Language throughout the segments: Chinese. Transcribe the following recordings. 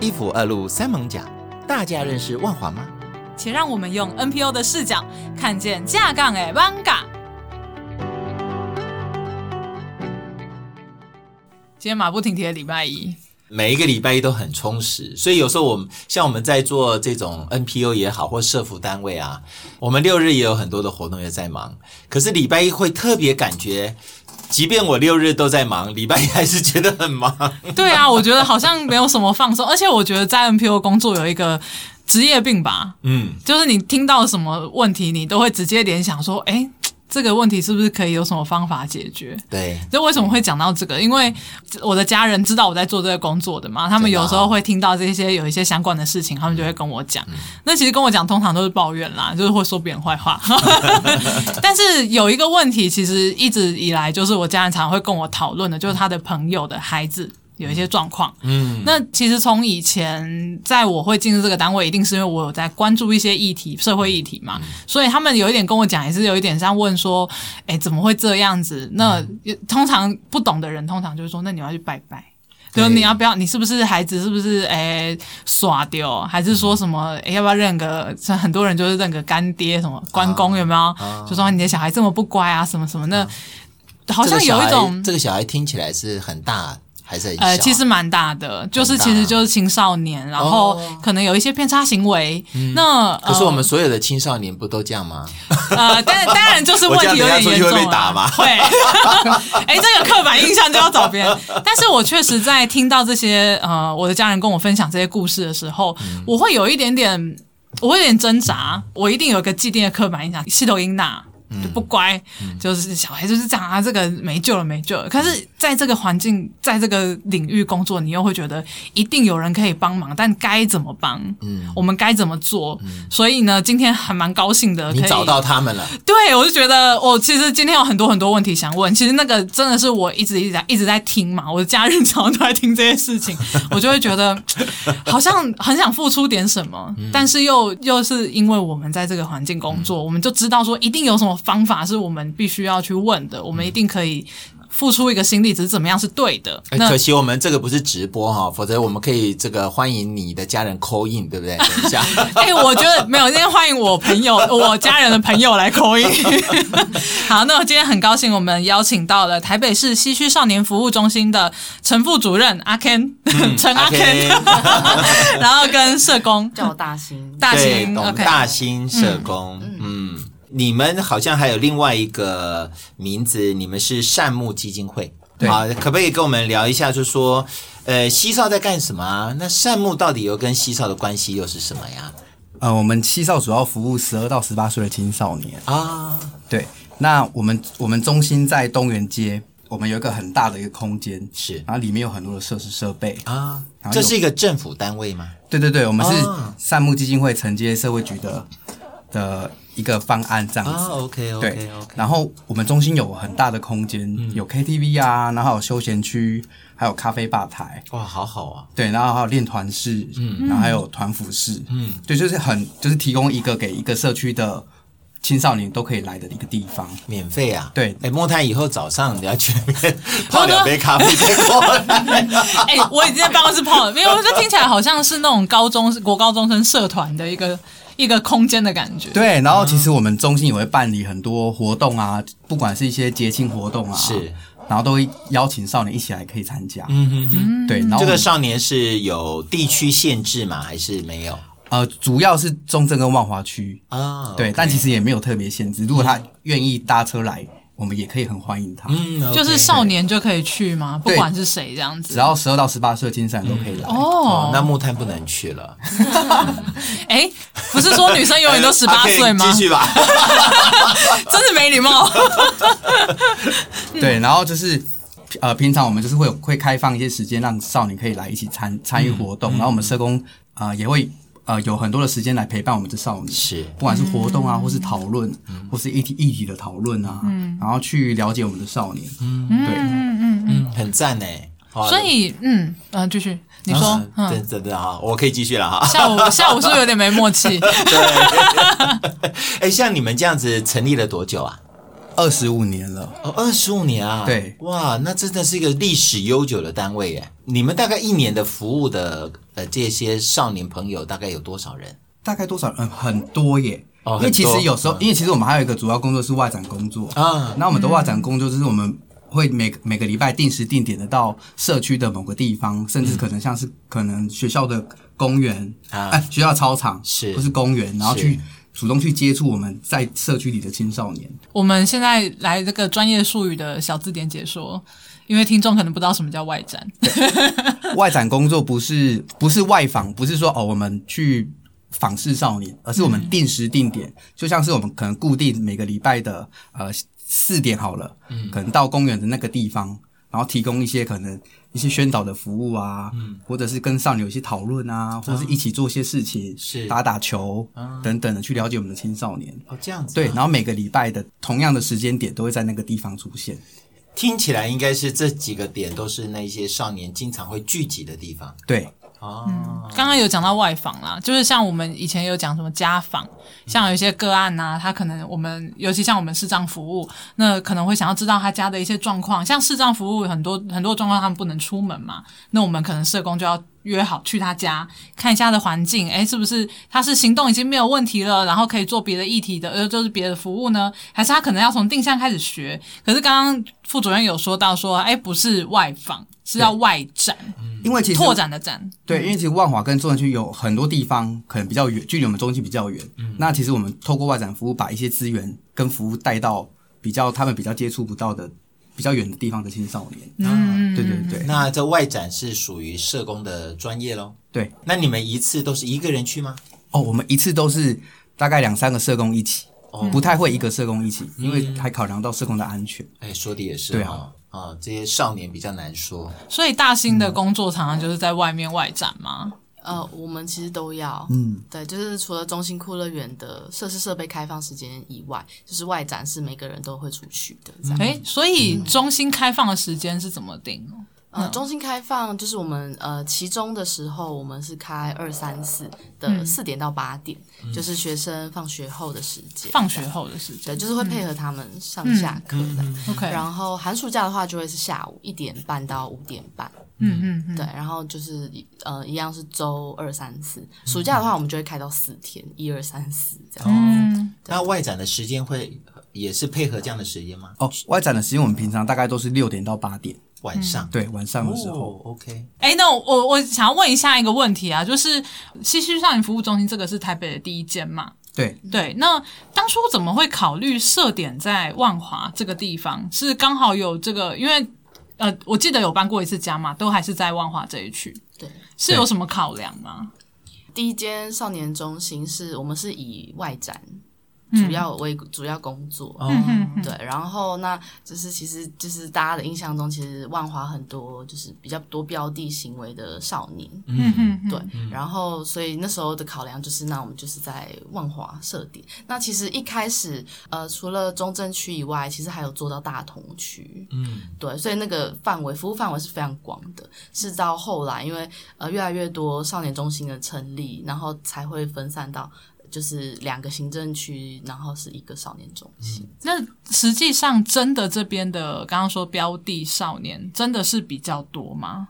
一府二路三艋甲，大家认识万华吗？且让我们用 NPO 的视角看见架杠诶 manga。今天马不停蹄的礼拜一，每一个礼拜一都很充实，所以有时候我们像我们在做这种 NPO 也好，或社服单位啊，我们六日也有很多的活动也在忙，可是礼拜一会特别感觉，即便我六日都在忙，礼拜一还是觉得很忙。对啊，我觉得好像没有什么放松，而且我觉得在 NPO 工作有一个职业病吧， 嗯，就是你听到什么问题，你都会直接联想说，哎、这个问题是不是可以有什么方法解决？对，就为什么会讲到这个？因为我的家人知道我在做这个工作的嘛，他们有时候会听到这些有一些相关的事情，他们就会跟我讲。那其实跟我讲，通常都是抱怨啦， 就是会说别人坏话。但是有一个问题，其实一直以来就是我家人常常会跟我讨论的，就是他的朋友的孩子。有一些状况，嗯，那其实从以前在我会进入这个单位，一定是因为我有在关注一些议题、社会议题嘛，嗯所以他们有一点跟我讲，也是有一点像问说，哎，怎么会这样子？嗯那、通常不懂的人，通常就会说，那你要去拜拜。就对你要不要？你是不是孩子？是不是诶、耍丢？还是说什嗯么？哎诶要不要认个？像很多人就是认个干爹什么关啊公有没有？就说你的小孩这么不乖啊，什么什么？那、好像有一种嗯这个小孩、这个小孩听起来是很大还是很小？呃，其实蛮大的，就是其实就是青少年，然后可能有一些偏差行为。那哦嗯可是呃我们所有的青少年不都这样吗？ 呃，但当然就是问题有点我这样等一严重下出去会被了打吗会， 哎、这个刻板印象就要找别人。但是我确实在听到这些呃，我的家人跟我分享这些故事的时候，嗯我会有一点点，我会有点挣扎。我一定有一个既定的刻板印象，西头英娜。嗯就不乖，就是小孩就是这样啊，这个没救了，没救了。可是，在这个环境，在这个领域工作，你又会觉得一定有人可以帮忙，但该怎么帮？嗯，我们该怎么做？所以呢，今天还蛮高兴的，嗯你呃可以找到他们了，对，我就觉得我其实今天有很多很多问题想问，其实那个真的是我一直一直在一直在听嘛，我的家人 常常都在听这些事情，我就会觉得好像很想付出点什么，但是又又是因为我们在这个环境工作，我们就知道说一定有什么方法是我们必须要去问的，我们一定可以。付出一个心力，只是怎么样是对的。哎那可惜我们这个不是直播哈、否则我们可以这个欢迎你的家人 call in，对不对？等一下， 哎、我觉得没有，今天欢迎我朋友、我家人的朋友来口音。 好，那我今天很高兴，我们邀请到了台北市西区少年服务中心的陈副主任阿 Ken，陈、 阿 Ken， Ken 然后跟社工叫我大兴，大对，型懂 OK，大兴社工，嗯。你们好像还有另外一个名字，你们是善牧基金会，对好，可不可以跟我们聊一下？就说，呃，西少在干什么啊？那善牧到底又跟西少的关系又是什么呀？呃，我们七少主要服务十二到十八岁的青少年。啊，对，那我们我们中心在东园街，我们有一个很大的一个空间，是然后里面有很多的设施设备。啊然后，有这是一个政府单位吗？对对对，我们是啊善牧基金会承接社会局的的一个方案这样啊子。 ，OK 对 OK OK，然后我们中心有很大的空间，有 KTV 啊，然后还有休闲区，还有咖啡吧台，哇，好好啊，对，然后还有练团室，嗯，然后还有团服室，嗯，对，就是很就是提供一个给一个社区的青少年都可以来的一个地方。免费啊，对哎，莫太以后早上你要去那 边泡两杯咖啡再过来，哎、我已经在办公室泡了，没有，这听起来好像是那种高中国高中生社团的一个一个空间的感觉。对，然后其实我们中心也会办理很多活动啊，不管是一些节庆活动啊，是，然后都会邀请少年一起来可以参加。嗯哼哼，对，然后这我个们少年是有地区限制吗？还是没有呃，主要是中正跟万华区，啊？对，但其实也没有特别限制，如果他愿意搭车来，我们也可以很欢迎他，嗯，OK 就是少年就可以去吗？不对管是谁这样子只。要十二到十八岁的青少年都可以来。哦哦，，那木炭不能去 了，哎、不是说女生永远都十八啊可以岁吗？继续吧。 真的没礼貌。嗯对，然后就是呃，平常我们就是会有会开放一些时间，让少年可以来一起参参与活嗯动，然后我们社工啊、呃也会。呃，有很多的时间来陪伴我们的少年，是嗯不管是活动啊，或是讨论，或是议题议题的讨论啊，然后去了解我们的少年，嗯，对，嗯， 很赞呢。好啊所以，嗯，嗯、继续你说，嗯嗯，真真的啊，我可以继续了 哈。下午 下午是不是有点没默契？哎，像你们这样子成立了多久啊？二十五年了。哦，二十五年啊！对哇，那真的是一个历史悠久的单位耶。你们大概一年的服务的呃这些少年朋友大概有多少人？大概多少？嗯，很多耶。哦因为其很实多有时候，嗯因为其实我们还有一个主要工作是外展工作啊嗯那我们的外展工作就是我们会每每个礼拜定时定点的到社区的某个地方，甚至可能像是可能学校的公园啊哎，学校操场是或是公园，然后去是主动去接触我们在社区里的青少年。我们现在来这个专业术语的小字典解说，因为听众可能不知道什么叫外展。 外展工作不是不是外访，不是说哦我们去访视少年，而是我们定时定点，就像是我们可能固定每个礼拜的呃四点好了，可能到公园的那个地方，然后提供一些可能一些宣导的服务啊，或者是跟少年有一些讨论啊，或者是一起做些事情，是打打球、等等的，去了解我们的青少年。哦，这样子、对，然后每个礼拜的同样的时间点都会在那个地方出现。听起来应该是这几个点都是那些少年经常会聚集的地方对，哦。刚刚有讲到外访啦，就是像我们以前有讲什么家嗯访，像有一些个案呐、他可能我们尤其像我们视障服务，那可能会想要知道他家的一些状况。像视障服务很多很多状况，他们不能出门嘛，那我们可能社工就要约好去他家看一下他的环境，诶，是不是他是行动已经没有问题了，然后可以做别的议题的，呃，就是别的服务呢？还是他可能要从定向开始学？可是刚刚副主任有说到说，诶，不是外访，是要外展，因为其实拓展的展。对，因为其实万华跟中正区有很多地方可能比较远，距离我们中心比较远。那其实我们透过外展服务，把一些资源跟服务带到比较他们比较接触不到的、比较远的地方的青少年。嗯，对对对那这外展是属于社工的专业喽？对。那你们一次都是一个人去吗？哦，我们一次都是大概两三个社工一起，不太会一个社工一起，因为还考量到社工的安全。哎，说的也是对哦啊、这些少年比较难说。所以大兴的嗯工作常常就是在外面外展嘛。 呃，我们其实都要，嗯，对，就是除了中心酷乐园的设施设备开放时间以外，就是外展是每个人都会出去的，这样。诶，所以中心开放的时间是怎么定？呃，中心开放就是我们呃其中的时候，我们是开二三四的四点到八点，就是学生放学后的时间，放学后的时间对，就是会配合他们上下课的。 ，OK，然后寒暑假的话，就会是下午一点半到五点半，嗯嗯嗯，对，然后就是呃一样是周二三四，暑假的话我们就会开到四天，一二三四这样。嗯，那外展的时间会也是配合这样的时间吗？哦，外展的时间我们平常大概都是六点到八点，晚上、对，晚上的时候。嗯哦，OK，诶，那我我想要问一下一个问题啊，就是西区少年服务中心这个是台北的第一间嘛？对，嗯对，那当初怎么会考虑设点在万华这个地方？是刚好有这个，因为呃，我记得有搬过一次家嘛，都还是在万华这一区，对，是有什么考量吗？第一间少年中心是我们是以外展主要为、主要工作，嗯嗯嗯，对，然后那就是其实就是大家的印象中，其实万华很多就是比较多标的行为的少年，嗯嗯嗯，对，然后所以那时候的考量就是，那我们就是在万华设点。那其实一开始呃，除了中正区以外，其实还有做到大同区，嗯，对，所以那个范围服务范围是非常广的，是到后来因为呃越来越多少年中心的成立，然后才会分散到就是两个行政区，然后是一个少年中心。那实际上，真的这边的刚刚说标的少年真的是比较多吗？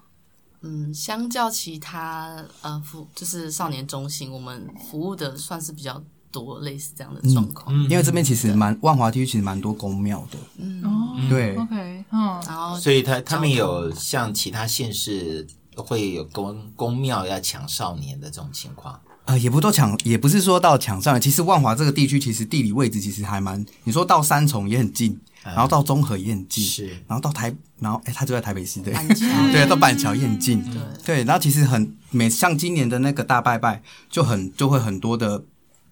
嗯，相较其他呃服就是少年中心，我们服务的算是比较多类似这样的状况。因为这边其实蛮万华地区其实蛮多公庙的，哦嗯对， ，OK，嗯，然后所以他他们有像其他县市会有公公庙要抢少年的这种情况。呃，也不都抢，也不是说到抢上来。其实万华这个地区，其实地理位置其实还蛮，你说到三重也很近，然后到中和也很近，是然后到台，然后哎，它就在台北市对，嗯板桥对，到板桥也很近，对，然后其实很每像今年的那个大拜拜，就很就会很多的，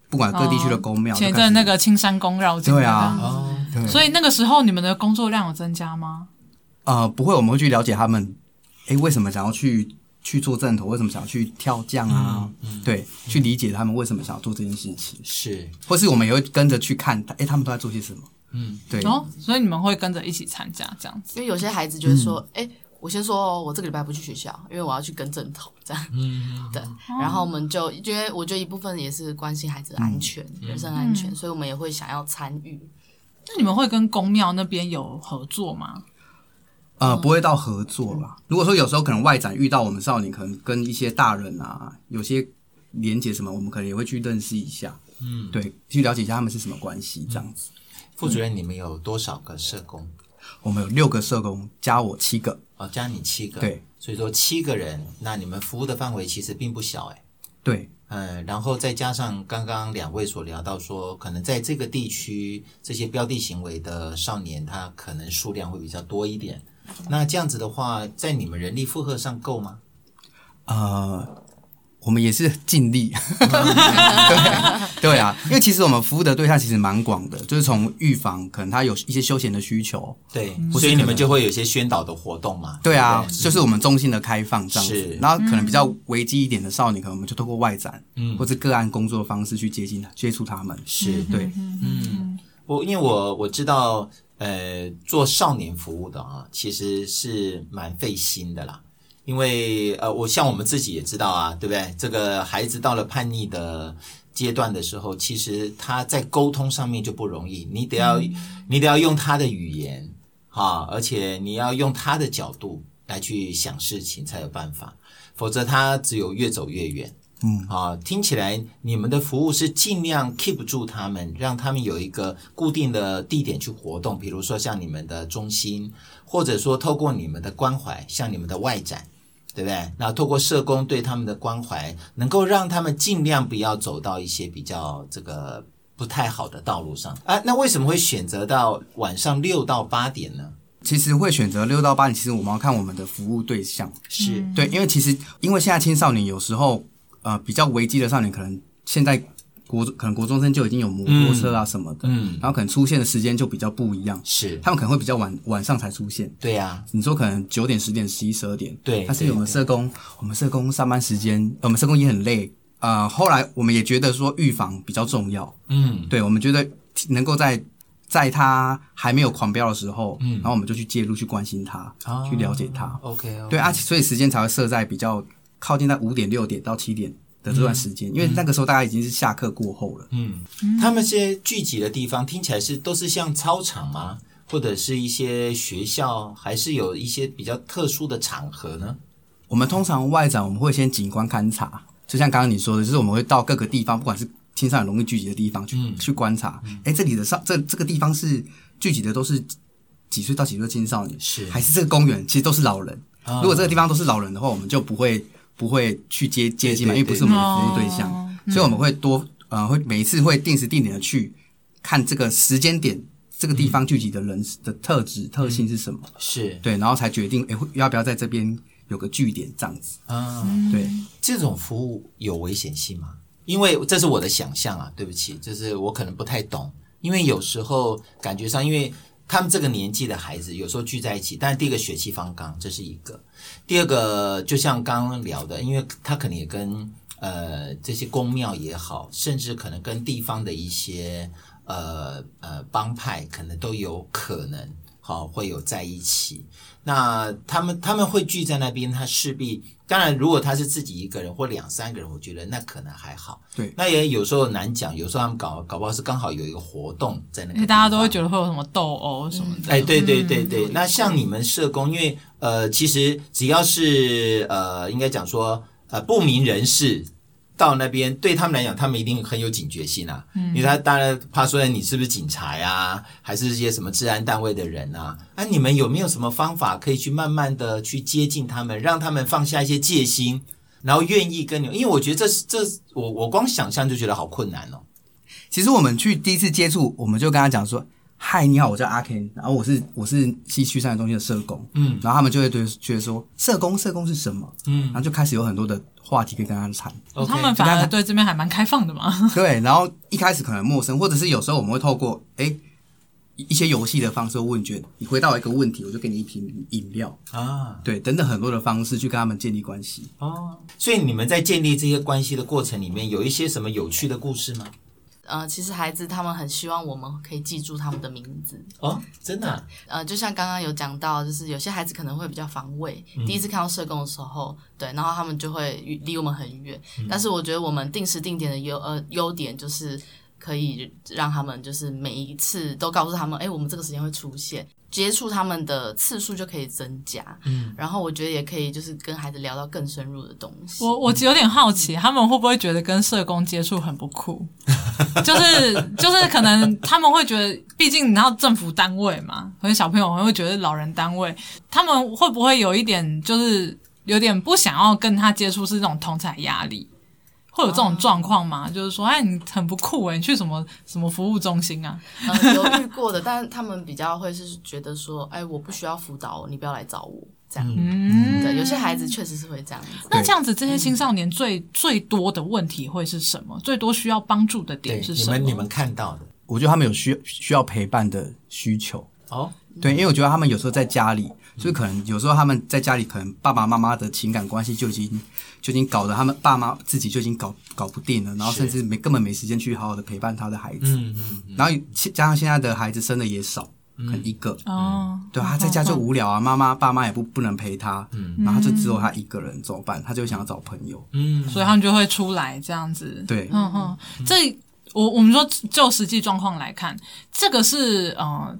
不管各地区的公庙，前一就开始阵哦那个青山宫绕境，对啊，哦，对，所以那个时候你们的工作量有增加吗？呃，不会，我们会去了解他们，哎，为什么想要去去做正头，为什么想要去跳将啊，对，去理解他们为什么想要做这件事情。是或是我们也会跟着去看，哎、他们都在做些什么？嗯，对，哦，所以你们会跟着一起参加这样子。因为有些孩子就会说，哎、我先说哦，我这个礼拜不去学校，因为我要去跟正头这样。嗯对。然后我们就因为我觉得一部分也是关心孩子的安全、人身安全，所以我们也会想要参与。那你们会跟公庙那边有合作吗？呃，不会到合作啦。如果说有时候可能外展遇到我们少年，可能跟一些大人啊，有些连结什么，我们可能也会去认识一下，嗯，对，去了解一下他们是什么关系这样子。副主任，你们有多少个社工？我们有六个社工，加我七个，哦，加你七个，对，所以说七个人，那你们服务的范围其实并不小，哎，对，嗯，然后再加上刚刚两位所聊到说，可能在这个地区这些标的行为的少年，他可能数量会比较多一点。那这样子的话，在你们人力负荷上够吗？呃，我们也是尽 力，对对啊，因为其实我们服务的对象其实蛮广的，就是从预防，可能他有一些休闲的需求，对，不是所以你们可能就会有一些宣导的活动嘛？嗯对啊，不就是我们中心的开放这样是子，然后可能比较危机一点的少年，可能我们就透过外展，嗯或是个案工作方式去接近接触他们，是对，我因为我我知道，呃，做少年服务的啊，其实是蛮费心的啦。因为呃，我像我们自己也知道啊，对不对？这个孩子到了叛逆的阶段的时候，其实他在沟通上面就不容易，你得要、你得要用他的语言哈，而且你要用他的角度来去想事情才有办法，否则他只有越走越远。嗯啊，听起来你们的服务是尽量 keep 住他们，让他们有一个固定的地点去活动，比如说像你们的中心，或者说透过你们的关怀，像你们的外展，对不对？那透过社工对他们的关怀，能够让他们尽量不要走到一些比较这个不太好的道路上啊。那为什么会选择到晚上六到八点呢？其实会选择六到八，其实我们要看我们的服务对象，是对，因为其实因为现在青少年有时候呃比较危机的少年，可能现在国可能国中生就已经有摩托车啊什么的，嗯然后可能出现的时间就比较不一样，是，他们可能会比较晚晚上才出现。对啊呀、你说可能九点、十点、十一、十二点，对但是我们社工，我们社工上班时间，我们社工也很累啊、呃后来我们也觉得说预防比较重要，嗯，对我们觉得能够在在他还没有狂飙的时候，嗯，然后我们就去介入、去关心他、啊去了解他， ，OK，, 哦 o k 对啊，所以时间才会设在比较靠近在五点六点到七点的这段时间，因为那个时候大家已经是下课过后了。嗯，他们这些聚集的地方听起来是都是像操场吗？或者是一些学校，还是有一些比较特殊的场合呢？我们通常外展我们会先景观勘察，就像刚刚你说的，就是我们会到各个地方，不管是青少年容易聚集的地方去、去观察，哎、这里的上这这个地方是聚集的都是几岁到几岁的青少年，是还是这个啊公园其实都是老人。如果这个地方都是老人的话，我们就不会不会去接接近嘛，对对因为不是我们的服务对象，哦所以我们会多呃会每一次会定时定点的去看这个时间点。这个地方聚集的人的特质、特性是什么？是，对，然后才决定，哎，会要不要在这边有个据点这样子？啊嗯，对，这种服务有危险性吗？因为这是我的想象啊，对不起，就是我可能不太懂，因为有时候感觉上，因为他们这个年纪的孩子有时候聚在一起，但第一个血气方刚，这是一个；第二个，就像刚刚聊的，因为他可能也跟呃这些公庙也好，甚至可能跟地方的一些呃呃帮派，可能都有可能好、会有在一起。那他们他们会聚在那边，他势必当然，如果他是自己一个人或两三个人，我觉得那可能还好。对那也有时候难讲，有时候他们搞搞不好是刚好有一个活动在那嗯因个，为大家都会觉得会有什么斗殴什么的。哎，对对嗯对对，那像你们社工，因为呃，其实只要是呃，应该讲说呃，不明人士到那边，对他们来讲，他们一定很有警觉性啊，嗯因为他当然怕说哎你是不是警察呀、还是一些什么治安单位的人啊？啊，你们有没有什么方法可以去慢慢的去接近他们，让他们放下一些戒心，然后愿意跟你？因为我觉得这是这是我我光想象就觉得好困难哦。其实我们去第一次接触，我们就跟他讲说：“嗨，你好，我叫阿 Ken，然后我是我是西区三中心的社工。”嗯，然后他们就会觉得觉得说：“社工，社工是什么？”嗯，然后就开始有很多的话题可以跟他谈。哦 OK，他们反而对这边还蛮开放的嘛。对，然后一开始可能陌生，或者是有时候我们会透过哎一一些游戏的方式问卷，你回答我一个问题，我就给你一瓶饮料，啊，对，等等很多的方式去跟他们建立关系。哦，所以你们在建立这些关系的过程里面，有一些什么有趣的故事吗？呃，其实孩子他们很希望我们可以记住他们的名字，哦，真的啊、呃，就像刚刚有讲到，就是有些孩子可能会比较防卫，第一次看到社工的时候，对，然后他们就会与离我们很远。但是我觉得我们定时定点的优呃优点就是。可以让他们就是每一次都告诉他们，哎、我们这个时间会出现，接触他们的次数就可以增加。嗯，然后我觉得也可以就是跟孩子聊到更深入的东西。我我有点好奇，嗯他们会不会觉得跟社工接触很不酷？ 就是就是，可能他们会觉得，毕竟你知道政府单位嘛，所以小朋友会觉得老人单位，他们会不会有一点就是有点不想要跟他接触，是那种同才压力？会有这种状况吗？嗯就是说，哎，你很不酷哎、你去什么什么服务中心啊？嗯，有遇过的，但他们比较会是觉得说，哎，我不需要辅导，你不要来找我这样。嗯，对，有些孩子确实是会这样子。那这样子，这些青少年最最多的问题会是什么？最多需要帮助的对点是你什么？们你们看到的我觉得他们有需需要陪伴的需求，哦，对，因为我觉得他们有时候在家嗯里，就是可能有时候他们在家里，可能爸爸妈妈的情感关系就已经就已经搞得他们爸妈自己就已经搞搞不定了，然后是甚至没根本没时间去好好的陪伴他的孩子，嗯嗯然后其加上现在的孩子生的也少，可能一个，哦，嗯对啊，他在家就无聊啊，妈妈爸妈也不不能陪他，然后他就只有他一个人怎么办？他就想要找朋友，嗯，所以他们就会出来这样子。对嗯嗯，这我我们说就实际状况来看，这个是呃。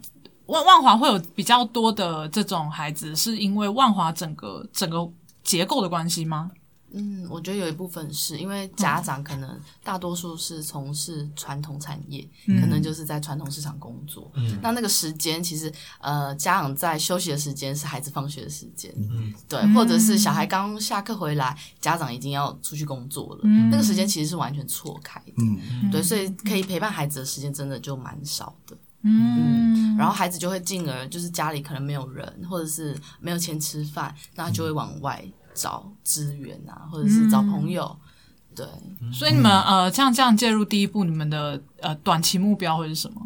万万华会有比较多的这种孩子，是因为万华整个整个结构的关系吗？嗯，我觉得有一部分是因为家长可能大多数是从事传统产业，可能就是在传统市场工作。嗯，那那个时间其实呃，家长在休息的时间是孩子放学的时间，嗯，对，或者是小孩刚下课回来，家长已经要出去工作了，那个时间其实是完全错开的。嗯，对，所以可以陪伴孩子的时间真的就蛮少的。嗯，然后孩子就会进而就是家里可能没有人，或者是没有钱吃饭，那他就嗯会往外找资源啊，或者是找朋友。对，所以你们呃，像这样介入第一步，你们的呃短期目标会是什么？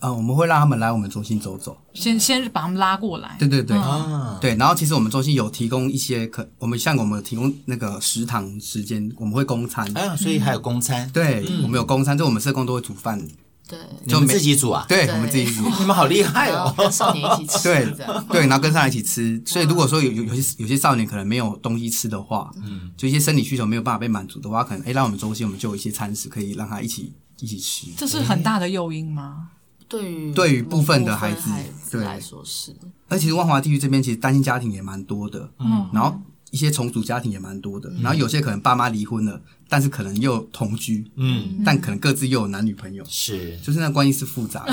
呃，我们会让他们来我们中心走走，先先把他们拉过来。对对对，啊，对，然后其实我们中心有提供一些可，我们像我们有提供那个食堂时间，我们会供餐。啊，所以还有公餐，对，我们有供餐，就我们社工都会煮饭，对，你们自己煮啊？对对我们自己煮。 你们好厉害然 后哦！跟少年一起 吃，哎对这样。对，然后跟上来一起吃。所以如果说有有有些有些少年可能没有东西吃的话，嗯，就一些生理需求没有办法被满足的话，可能哎，让我们中心我们就有一些餐食可以让他一起一起吃。这是很大的诱因吗？对于对于某部分的孩孩子对来说是，而其实万华地区这边其实单亲家庭也蛮多的，嗯，然后一些重组家庭也蛮多的，然后有些可能爸妈离婚了，但是可能又同居，嗯，但可能各自又有男女朋友，是就是那关系是复杂的。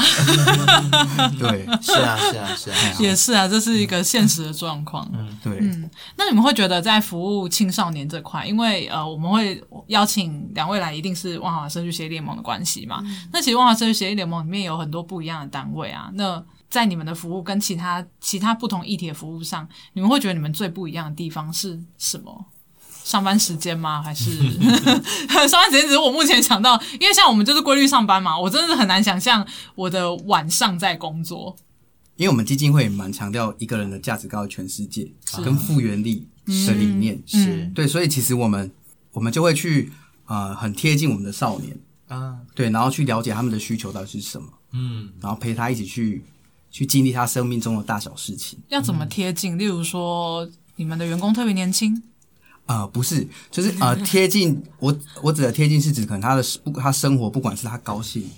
对是啊是啊是 啊，也是啊，这是一个现实的状况。对，那你们会觉得在服务青少年这块，因为呃，我们会邀请两位来，一定是万华社区协议联盟的关系嘛。那其实万华社区协议联盟里面有很多不一样的单位啊。那在你们的服务跟其他其他不同议题的服务上，你们会觉得你们最不一样的地方是什么？上班时间吗？还是上班时间？只是我目前想到，因为像我们就是规律上班嘛，我真的是很难想象我的晚上在工作。因为我们基金会也蛮强调一个人的价值高于全世界跟复原力的理念，是对，所以其实我们我们就会去呃很贴近我们的少年，啊，对，然后去了解他们的需求到底是什么，嗯，然后陪他一起去去经历他生命中的大小事情。要怎么贴近？例如说，你们的员工特别年轻，呃，不是，就是呃，贴近我我指的贴近是指可能他的不他生活，不管是他高兴、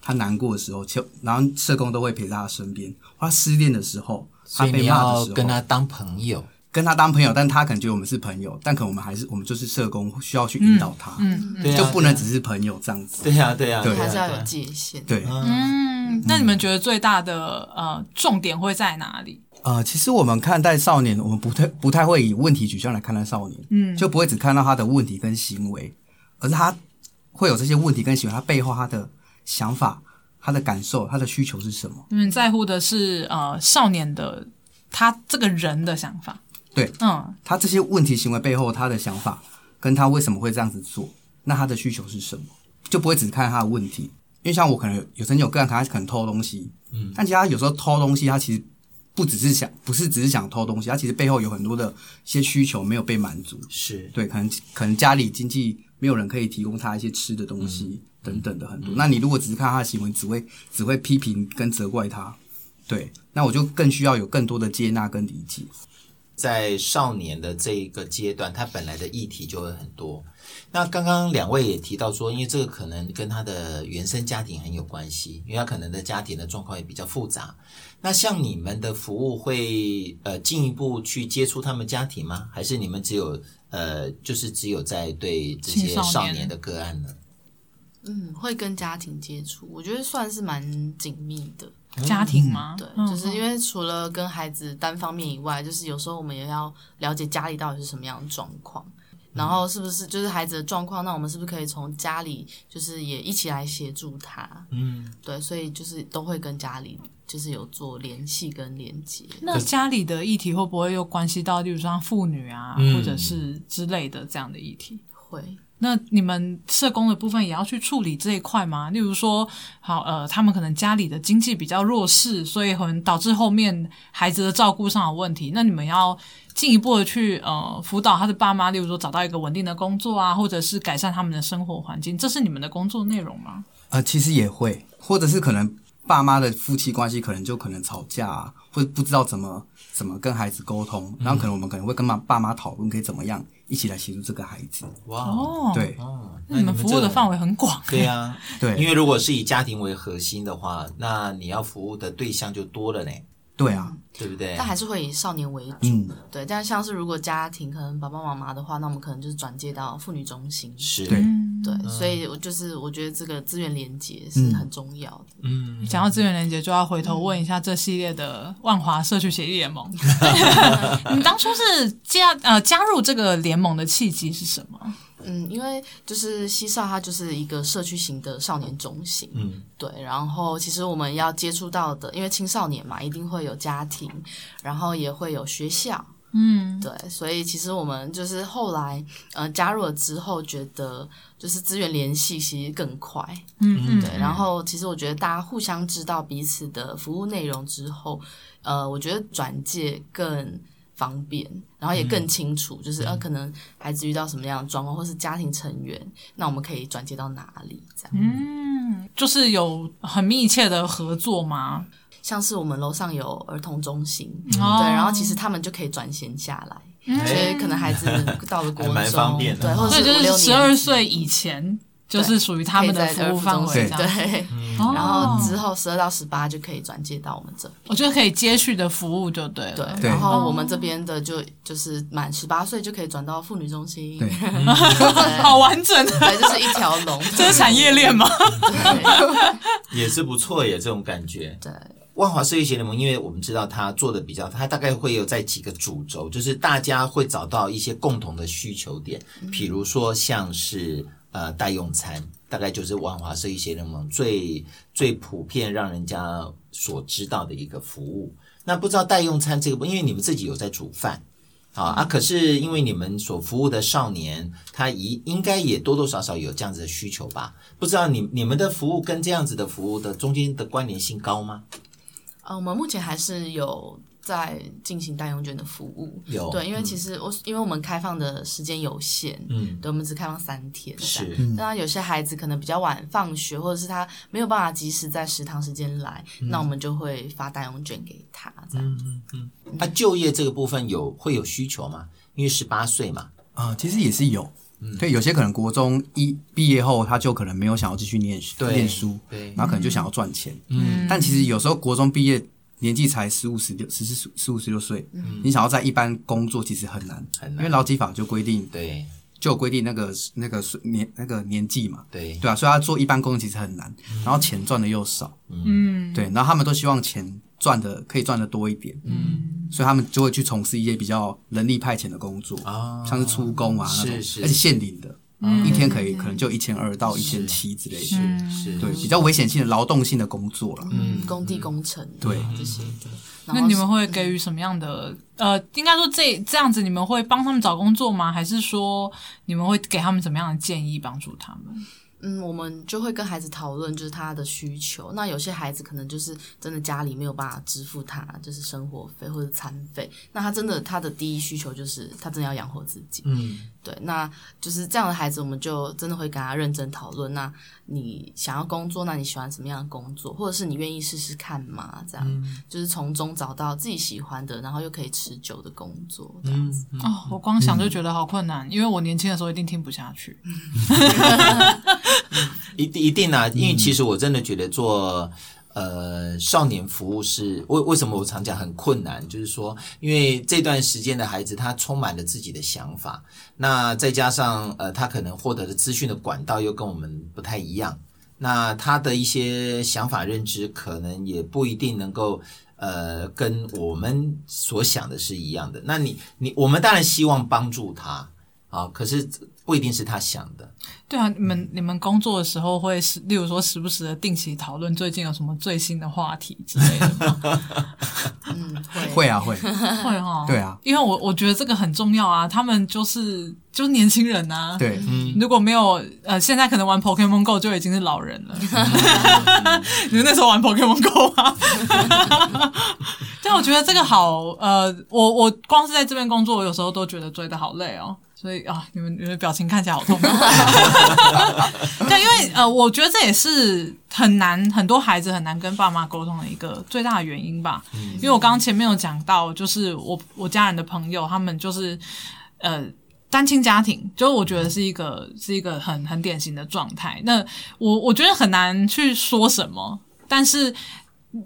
他难过的时候，就然后社工都会陪在他身边；或他失恋的时候，所他以被你骂的要时候，跟他当朋友，跟他当朋友，但他可能觉得我们是朋友，但可能我们还是我们就是社工，需要去引导他，嗯对啊就不能只是朋友这样子。对呀对呀，对还是要对有啊界限。对，嗯，那你们觉得最大的呃重点会在哪里？嗯呃，其实我们看待少年，我们不太不太会以问题取向来看待少年，嗯，就不会只看到他的问题跟行为，而是他会有这些问题跟行为，他背后他的想法、他的感受、他的需求是什么？你们在乎的是呃少年的他这个人的想法，对嗯，他这些问题行为背后他的想法，跟他为什么会这样子做，那他的需求是什么？就不会只看他的问题，因为像我可能有有曾经有个案，他可能偷东西，嗯，但其实他有时候偷东西，他其实不只是想，不是只是想偷东西，他其实背后有很多的一些需求没有被满足，是对，可能可能家里经济没有人可以提供他一些吃的东西、等等的很多。那你如果只是看他的行为，只会只会批评跟责怪他，对，那我就更需要有更多的接纳跟理解。在少年的这一个阶段，他本来的议题就会很多。那刚刚两位也提到说，因为这个可能跟他的原生家庭很有关系，因为他可能的家庭的状况也比较复杂。那像你们的服务会呃进一步去接触他们家庭吗？还是你们只有呃就是只有在对这些青少少年年的个案呢？嗯，会跟家庭接触，我觉得算是蛮紧密的。家庭吗？对，嗯就是因为除了跟孩子单方面以外，就是有时候我们也要了解家里到底是什么样的状况，然后是不是就是孩子的状况，那我们是不是可以从家里就是也一起来协助他？嗯，对，所以就是都会跟家里就是有做联系跟连接。那家里的议题会不会又关系到，例如说像妇女啊，嗯或者是之类的这样的议题？会，那你们社工的部分也要去处理这一块吗？例如说，好呃，他们可能家里的经济比较弱势，所以可能导致后面孩子的照顾上有问题。那你们要进一步的去呃辅导他的爸妈，例如说找到一个稳定的工作啊，或者是改善他们的生活环境，这是你们的工作内容吗？呃，其实也会，或者是可能爸妈的夫妻关系可能就可能吵架、啊，或者不知道怎么怎么跟孩子沟通，然后可能我们可能会跟妈爸妈讨论可以怎么样一起来协助这个孩子。哇，哦，，对哦，那你们服务的范围围很广，对呀、因对为如果是以家庭为核心的话，那你要服务的对象就多了呢，对啊，对不对？但还是会以少年为主。嗯，对，但像是如果家庭可能爸爸妈妈的话，那我们可能就是转接到妇女中心。是对嗯，对，所以我就是我觉得这个资源连接是很重要的。嗯，讲到资源连接，就要回头问一下这系列的万华社区协议联 盟， 你当初是加呃加入这个联盟的契机是什么？嗯，因为就是西少，它就是一个社区型的少年中心，嗯对。然后其实我们要接触到的，因为青少年嘛，一定会有家庭，然后也会有学校，嗯，对。所以其实我们就是后来呃加入了之后，觉得就是资源联系其实更快，嗯对。然后其实我觉得大家互相知道彼此的服务内容之后，呃，我觉得转介更。方便，然后也更清楚，就是嗯呃，可能孩子遇到什么样的状况，或是家庭成员，那我们可以转接到哪里？这样，嗯，就是有很密切的合作吗？像是我们楼上有儿童中心，哦对，然后其实他们就可以转衔下来，所哎以可能孩子到了国嗯还蛮方中，便的哦对，或所者以就五是六十年二级岁以前就是属于他们的可以在服务范围儿这福中样，心对，哦然后之后十二到十八就可以转接到我们这，我觉得可以接续的服务就对了，对，对然后我们这边的就就是满十八岁就可以转到妇女中心，对 好完整， 对，就是一条龙， 这是产业链吗？对，也是不错耶，这种感觉。对，万华社区协联盟，因为我们知道它做的比较，它大概会有在几个主轴，就是大家会找到一些共同的需求点，比如说像是呃代用餐，大概就是万华社区协联盟最最普遍让人家所知道的一个服务。那不知道代用餐这个部，因为你们自己有在煮饭。啊啊！可是因为你们所服务的少年，他一应该也多多少少有这样子的需求吧？不知道你你们的服务跟这样子的服务的中间的关联性高吗？呃，我们目前还是有在进行代用券的服务，有对，因为其实我、因为我们开放的时间有限，嗯，对，我们只开放三天，这样。是，当然，有些孩子可能比较晚放学，或者是他没有办法及时在食堂时间来，那我们就会发代用券给他，这样。那、啊就业这个部分有会有需求吗？因为十八岁嘛，啊，其实也是有。嗯对，有些可能国中一毕业后，他就可能没有想要继续念对念书，对然后可能就想要赚钱。嗯，但其实有时候国中毕业年纪才十五、十六、十四、十五、十六岁，你想要在一般工作其实很难，很难因为劳基法就规定，对就有规定那个那个年那个年纪嘛，对，对啊，所以他做一般工作其实很难，然后钱赚的又少，嗯，对，然后他们都希望钱赚的可以赚的多一点，嗯，所以他们就会去从事一些比较人力派遣的工作啊像是出工啊那是种，是而且现领的，一天可以可能就一千二到一千七之类的，是是，对，比较危险性的劳动性的工作了，嗯，工地工程，对这些的。然那后你们会给予什么样的？呃，应该说这这样子，你们会帮他们找工作吗？还是说你们会给他们怎么样的建议帮助他们？嗯，我们就会跟孩子讨论，就是他的需求。那有些孩子可能就是真的家里没有办法支付他就是生活费或者餐费，那他真的他的第一需求就是他真的要养活自己。嗯，对，那就是这样的孩子，我们就真的会跟他认真讨论。那你想要工作，那你喜欢什么样的工作，或者是你愿意试试看吗？这样、就是从中找到自己喜欢的，然后又可以持久的工作。这样嗯子，哦，我光想就觉得好困难，因为我年轻的时候一定听不下去。一定一定啊，因为其实我真的觉得做。呃，少年服务是为为什么我常讲很困难，就是说，因为这段时间的孩子他充满了自己的想法，那再加上呃，他可能获得的资讯的管道又跟我们不太一样，那他的一些想法认知可能也不一定能够呃跟我们所想的是一样的。那你你我们当然希望帮助他啊，可是不一定是他想的。对啊，你嗯们你们工作的时候会时，例如说时不时的定期讨论最近有什么最新的话题之类的 吗，嗯，会会啊会，会哦。对啊，因为我我觉得这个很重要啊，他们就是就是年轻人啊。，对，如果没有呃，现在可能玩 Pokemon Go 就已经是老人了。 你们那时候玩 Pokemon Go 吗？ 但我觉得这个好呃，我我光是在这边工作，我有时候都觉得追的好累哦。所以啊，你们你们的表情看起来好痛苦。 对，因为呃，我觉得这也是很难，很多孩子很难跟爸妈沟通的一个最大的原因吧。因为我刚刚前面有讲到，就是我我家人的朋友，他们就是呃。单亲家庭，就是我觉得是一个是一个很很典型的状态。那我我觉得很难去说什么，但是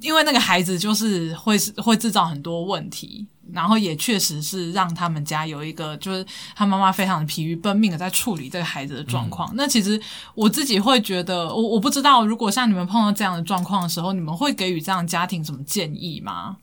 因为那个孩子就是会会制造很多问题，然后也确实是让他们家有一个就是他妈妈非常疲于奔命的在处理这个孩子的状况。那其实我自己会觉得，我我不知道，如果像你们碰到这样的状况的时候，你们会给予这样的家庭什么建议吗？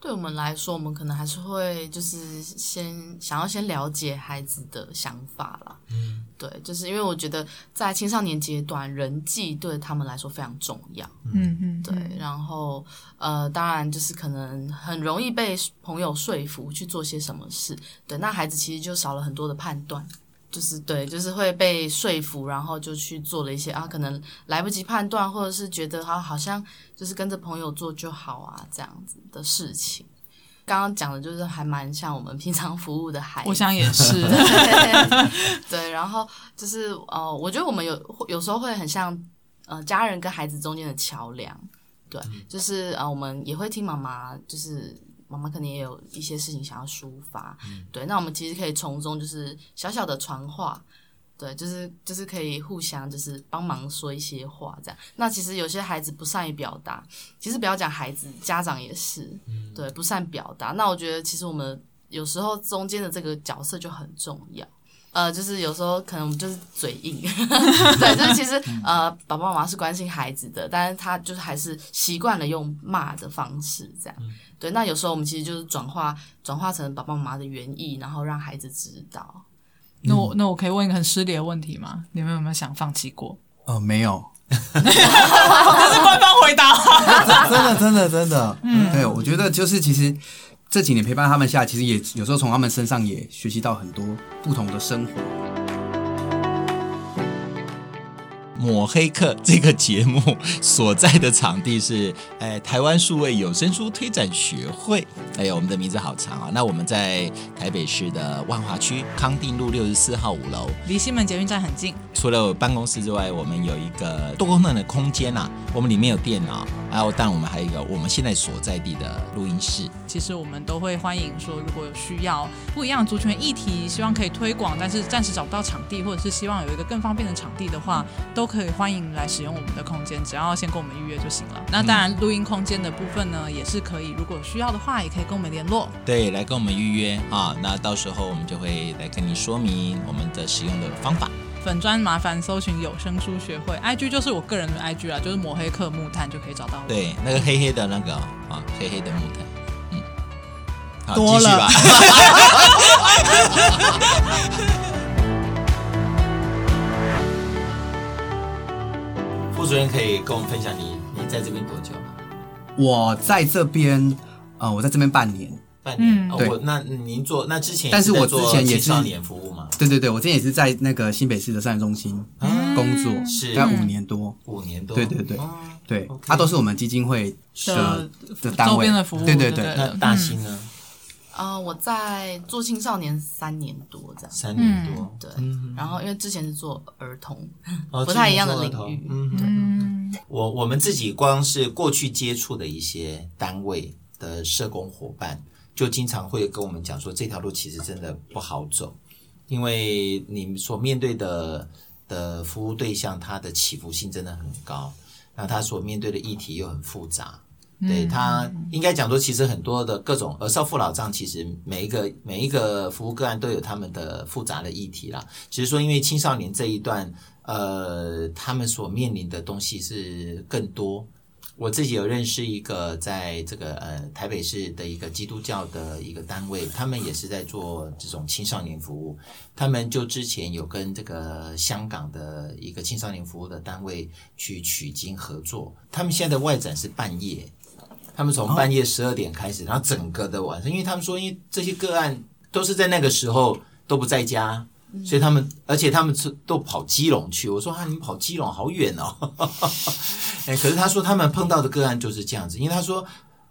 对我们来说，我们可能还是会就是先想要先了解孩子的想法啦。嗯，对，就是因为我觉得在青少年阶段，人际对他们来说非常重要。嗯嗯，对，然后呃，当然就是可能很容易被朋友说服去做些什么事，对，那孩子其实就少了很多的判断。就是对，就是会被说服，然后就去做了一些啊，可能来不及判断，或者是觉得啊，好像就是跟着朋友做就好啊，这样子的事情。刚刚讲的就是还蛮像我们平常服务的孩子，我想也是。 对，然后就是呃，我觉得我们有有时候会很像呃家人跟孩子中间的桥梁，对，就是呃我们也会听妈妈，就是妈妈可能也有一些事情想要抒发，对，那我们其实可以从中就是小小的传话。对，就是就是可以互相就是帮忙说一些话这样。那其实有些孩子不善于表达，其实不要讲孩子，家长也是，对，不善表达。那我觉得其实我们有时候中间的这个角色就很重要。呃，就是有时候可能我们就是嘴硬， 对，就是其实呃，爸爸妈妈是关心孩子的，但是他就是还是习惯了用骂的方式这样。嗯对，那有时候我们其实就是转化转化成爸爸妈妈的原意，然后让孩子知道。那我那我可以问一个很失礼的问题吗？你们有没有想放弃过？呃，没有， 这是官方回答。 真的真的真的，嗯，对，我觉得就是其实这几年陪伴他们下，其实也有时候从他们身上也学习到很多不同的生活。抹黑客这个节目 所在的场地是，呃，台湾数位有声书推展学会。哎呦，我们的名字好长啊！那我们在台北市的万华区康定路六十四号五楼。离西门捷运站很近，除了有办公室之外，我们有一个多功能的空间啊，我们里面有电脑，还有，但我们还有一个我们现在所在地的录音室。其实我们都会欢迎说，如果有需要不一样的族群议题，希望可以推广，但是暂时找不到场地，或者是希望有一个更方便的场地的话，都可以欢迎来使用我们的空间，只要先跟我们预约就行了。那当然，录音空间的部分呢，也是可以，如果有需要的话，也可以跟我们联络。对，来跟我们预约啊，那到时候我们就会来跟你说明我们的使用的方法。粉专麻烦搜寻有声书学会，IG 就是我个人的 IG 啦，就是抹黑客木炭就可以找到我。对，那个黑黑的那个啊，黑黑的木炭，嗯，好，多继续吧。 副主任可以跟我们分享你你在这边多久吗？我在这边，呃，我在这边半年，半年。嗯哦对我那您做那之前也但是在我做之前也青少是年服务嘛，对对对，我之前也是在那个新北市的善中心嗯工作，是大概五年多。五年多。对对对哦对，啊 OK 它都是我们基金会的的单周位边的服务，对对对对那大兴呢？啊、我在做青少年三年多这样，三年多。对，嗯然后因为之前是做儿童，哦不太一样的这个做得领域通嗯，嗯我我们自己光是过去接触的一些单位的社工伙伴，就经常会跟我们讲说，这条路其实真的不好走，因为你们所面对的的服务对象，它的起伏性真的很高，那他所面对的议题又很复杂。对他应该讲说，其实很多的各种儿少父老障，其实每一个每一个服务个案都有他们的复杂的议题啦。只是说，因为青少年这一段，呃，他们所面临的东西是更多。我自己有认识一个在这个呃台北市的一个基督教的一个单位，他们也是在做这种青少年服务。他们就之前有跟这个香港的一个青少年服务的单位去取经合作，他们现在的外展是半夜，他们从半夜十二点开始，然后整个的晚上，因为他们说，因为这些个案都是在那个时候都不在家。所以他们，而且他们是都跑基隆去。我说啊，你们跑基隆好远哦。 哎，可是他说他们碰到的个案就是这样子，因为他说，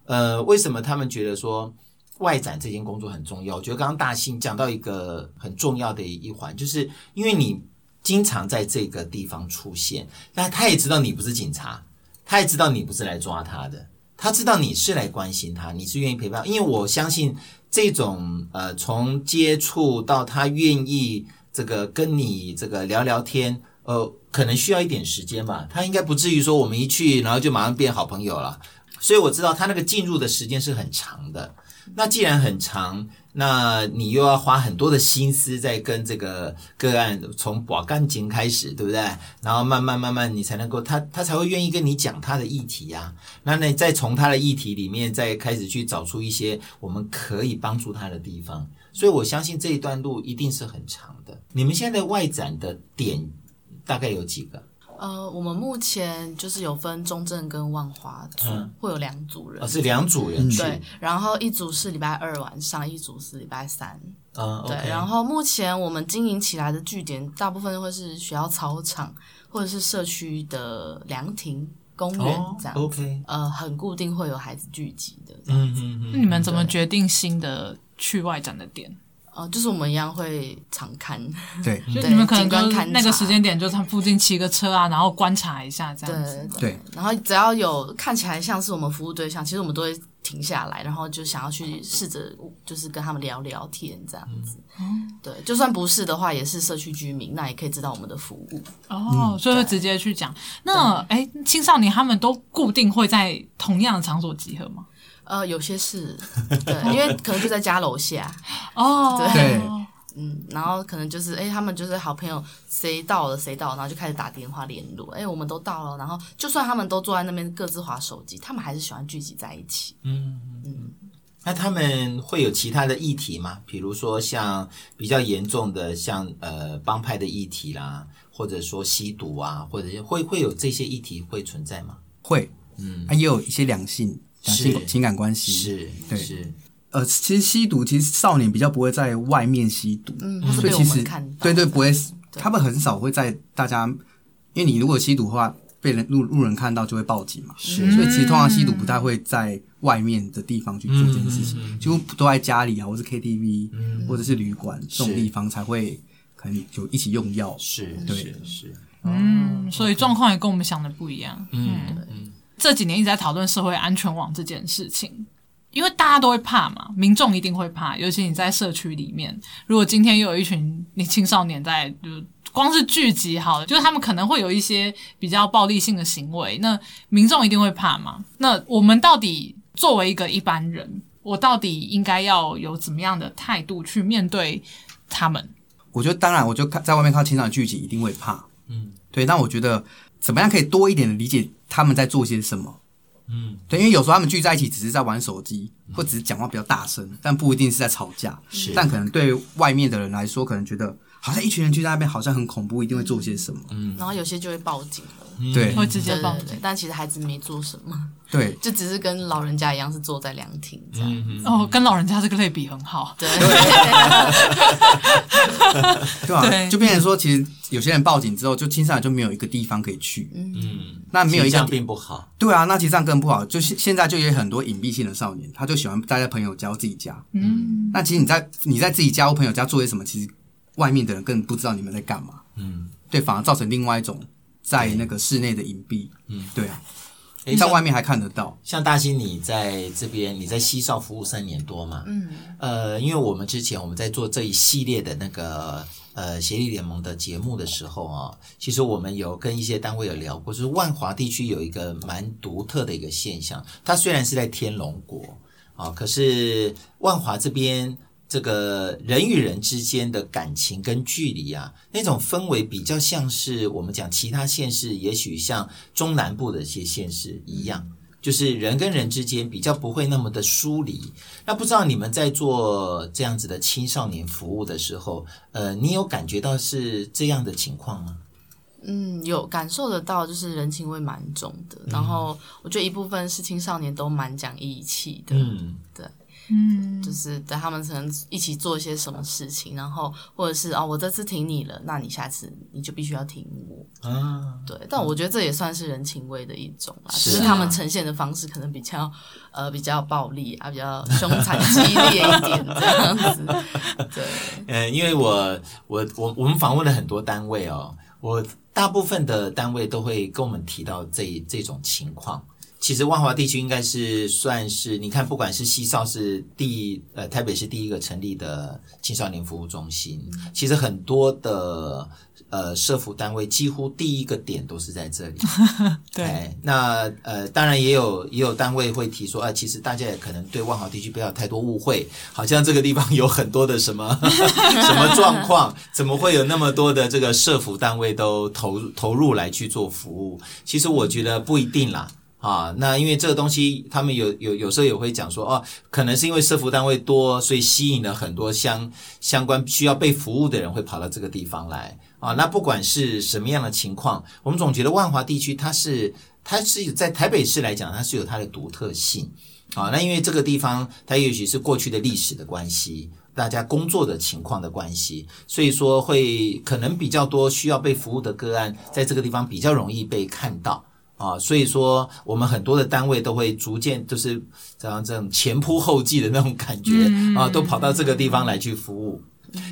呃，为什么他们觉得说外展这件工作很重要？我觉得刚刚大兴讲到一个很重要的一环，就是因为你经常在这个地方出现，那他也知道你不是警察，他也知道你不是来抓他的，他知道你是来关心他，你是愿意陪伴。因为我相信这种呃，从接触到他愿意这个跟你这个聊聊天，呃，可能需要一点时间吧。他应该不至于说我们一去，然后就马上变好朋友了。所以我知道他那个进入的时间是很长的。那既然很长，那你又要花很多的心思在跟这个个案从把干净开始，对不对？然后慢慢慢慢，你才能够他他才会愿意跟你讲他的议题呀、那那你再从他的议题里面再开始去找出一些我们可以帮助他的地方。所以我相信这一段路一定是很长的。你们现在外展的点大概有几个？呃，我们目前就是有分中正跟万华组，嗯会有两组人哦，，是两组人去，嗯对，然后一组是礼拜二晚上，一组是礼拜三，嗯，OK，对。然后目前我们经营起来的据点，大部分会是学校操场或者是社区的凉亭、公园哦这样， ，OK，呃，很固定会有孩子聚集的，嗯嗯嗯，那你们怎么决定新的去外展的点？呃，就是我们一样会常看，对就对你们可能景观就勘那个察时间点，就是他附近骑个车啊，然后观察一下这对样子。对。然后只要有看起来像是我们服务对象，其实我们都会停下来，然后就想要去试着就是跟他们聊聊天这样子。对，就算不是的话，也是社区居民，那也可以知道我们的服务。哦，所以会直接去讲。那哎，青少年他们都固定会在同样的场所集合吗？呃，有些是，对，因为可能就在家楼下，哦，对嗯，然后可能就是，哎、他们就是好朋友，谁到了谁到了，然后就开始打电话联络，哎、我们都到了，然后就算他们都坐在那边各自划手机，他们还是喜欢聚集在一起。那他们会有其他的议题吗？比如说像比较严重的，像呃帮派的议题啦，或者说吸毒啊，或者是会会有这些议题会存在吗？会，嗯，啊，也有一些两性两是性情感关系。是，对是，呃，其实吸毒，其实少年比较不会在外面吸毒，嗯，他是所被以我其实们看到，对对，不会，他们很少会在大家，因为你如果吸毒的话，被人路路人看到就会报警嘛，是所以其实通常吸毒不太会在外面的地方去做这件事嗯情，几乎都在家里啊，或是 KTV，、或者是旅馆这种是地方才会可能有一起用药。是，对是是，嗯，所以状况也跟我们想的不一样。嗯嗯，这几年一直在讨论社会安全网这件事情，因为大家都会怕嘛，民众一定会怕，尤其你在社区里面，如果今天又有一群你青少年在，就光是聚集好了，就是他们可能会有一些比较暴力性的行为，那民众一定会怕嘛。那我们到底作为一个一般人，我到底应该要有怎么样的态度去面对他们？我觉得当然，我就看在外面看到情场聚集一定会怕，嗯嗯，对。但我觉得怎么样可以多一点的理解他们在做些什么，嗯，对，因为有时候他们聚在一起只是在玩手机，或只是讲话比较大声，但不一定是在吵架。嗯是但可能对外面的人来说，可能觉得好像一群人聚在那边好像很恐怖，一定会做些什么。嗯然后有些就会报警了，对会直接对报对警对，。但其实孩子没做什么， 对，就只是跟老人家一样是坐在凉亭这样。嗯哦，跟老人家这个类比很好，对，对啊，对就变成说，其实有些人报警之后，就青少年就没有一个地方可以去。嗯，那没有一这个样地并不好。对啊，那其实这样更不好。就现现在就有很多隐蔽性的少年，他就喜欢待在朋友家或自己家。嗯，那其实你在你在自己家或朋友家做些什么，其实外面的人更不知道你们在干嘛。嗯，对，反而造成另外一种在那个室内的隐蔽。嗯，对啊，诶在像外面还看得到。哦像大兴，你在这边，你在西少服务三年多嘛？嗯，呃，因为我们之前我们在做这一系列的那个呃协力联盟的节目的时候啊、其实我们有跟一些单位有聊过，就是万华地区有一个蛮独特的一个现象，它虽然是在天龙国啊、可是万华这边。这个人与人之间的感情跟距离啊，那种氛围比较像是我们讲其他县市，也许像中南部的一些县市一样，就是人跟人之间比较不会那么的疏离。那不知道你们在做这样子的青少年服务的时候，呃，你有感觉到是这样的情况吗？嗯，有感受得到，就是人情味蛮重的。然后我觉得一部分是青少年都蛮讲义气的，嗯嗯就是对他们可能一起做一些什么事情，然后或者是啊、我这次挺你了，那你下次你就必须要挺我。啊，对，但我觉得这也算是人情味的一种啦，是只啊是他们呈现的方式可能比较呃比较暴力啊，比较凶残激烈一点这样子。 对，呃，因为我我我我们访问了很多单位哦，我大部分的单位都会跟我们提到这这种情况。其实万华地区应该是算是，你看，不管是西少是第呃台北市第一个成立的青少年服务中心，其实很多的呃社服单位几乎第一个点都是在这里。对，哎，那呃，当然也有也有单位会提说，啊，其实大家也可能对万豪地区不要有太多误会，好像这个地方有很多的什么 什么状况，怎么会有那么多的这个社服单位都投入投入来去做服务？其实我觉得不一定啦。啊，那因为这个东西，他们有有有时候也会讲说，哦，可能是因为社服单位多，所以吸引了很多相相关需要被服务的人会跑到这个地方来啊。那不管是什么样的情况，我们总觉得万华地区它是它是在台北市来讲，它是有它的独特性啊。那因为这个地方，它也许是过去的历史的关系。大家工作的情况的关系，所以说会可能比较多需要被服务的个案，在这个地方比较容易被看到啊，所以说我们很多的单位都会逐渐就是这样这种前仆后继的那种感觉、啊，都跑到这个地方来去服务。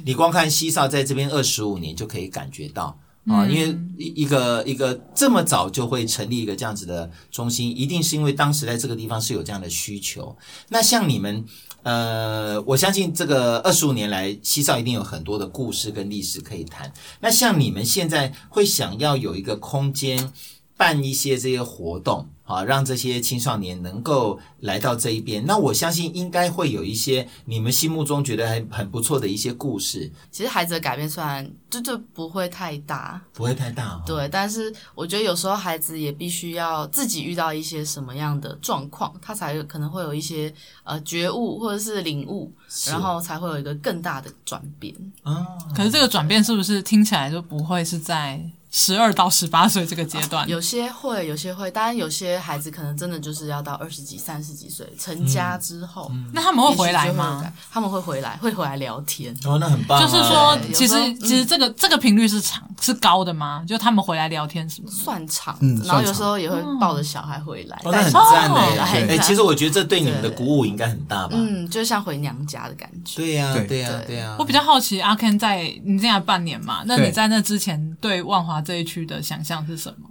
你光看西少在这边二十五年就可以感觉到啊，因为一一个一个这么早就会成立一个这样子的中心，一定是因为当时在这个地方是有这样的需求。那像你们，呃，我相信这个二十五年来，西少一定有很多的故事跟历史可以谈。那像你们现在会想要有一个空间办一些这些活动啊，让这些青少年能够来到这一边。那我相信应该会有一些你们心目中觉得很很不错的一些故事，其实孩子的改变虽然就就不会太大，不会太大、哦。，对，但是我觉得有时候孩子也必须要自己遇到一些什么样的状况，他才有可能会有一些呃觉悟或者是领悟，然后才会有一个更大的转变。啊，可是这个转变是不是听起来就不会是在十二到十八岁这个阶段？有些会，有些会，当然有些孩子可能真的就是要到二十几、三十几岁成家之后，那他们也嗯会许就回来有吗？改？他们会回来，会回来聊天。哦，那很棒、啊。就是说对，其有时候实其实这个这个频率是长是高的吗？就他们回来聊天什么的？算长，嗯然后算有长时候也会抱着小孩回来，哦，那但很是赞哎、哦哎、对其实我觉得这对你们的对鼓舞应该很大吧？嗯，就像回娘家的感觉。对呀、对对呀、对对呀、我比较好奇，阿 Ken 在你进来半年嘛，那对你在那之前对万华这一区的想象是什么？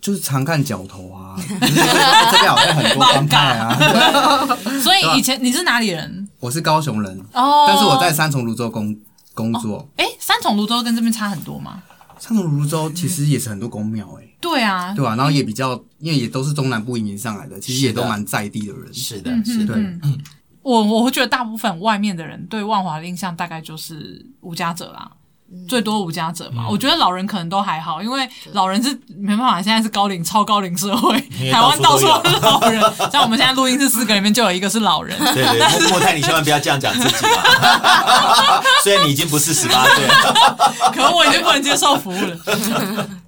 就是常看脚头 啊，就是觉得哎这边好像很多帮派啊。所以以前你是哪里人？ 我是高雄人，哦，但是我在三重泸州工工作。哎三重泸州跟这边差很多吗？三重泸州其实也是很多公庙哎，对啊，对吧、然后也比较，因为也都是啊中南部移民上来的，其实也都蛮在地的人。是嗯的，嗯是的，对，我我会觉得大部分外面的人对万华的印象大概就是无家者啦，最多无家者嗯嘛。我觉得老人可能都还好，因为老人是没办法，现在是高龄超高龄社会因，为台湾到到处都处有都是老人。像我们现在录音室四个里面就有一个是老人，对对，莫莫泰，你千万不要这样讲自己嘛。 虽然你已经不是十八岁了， 可我已经不能接受服务 了。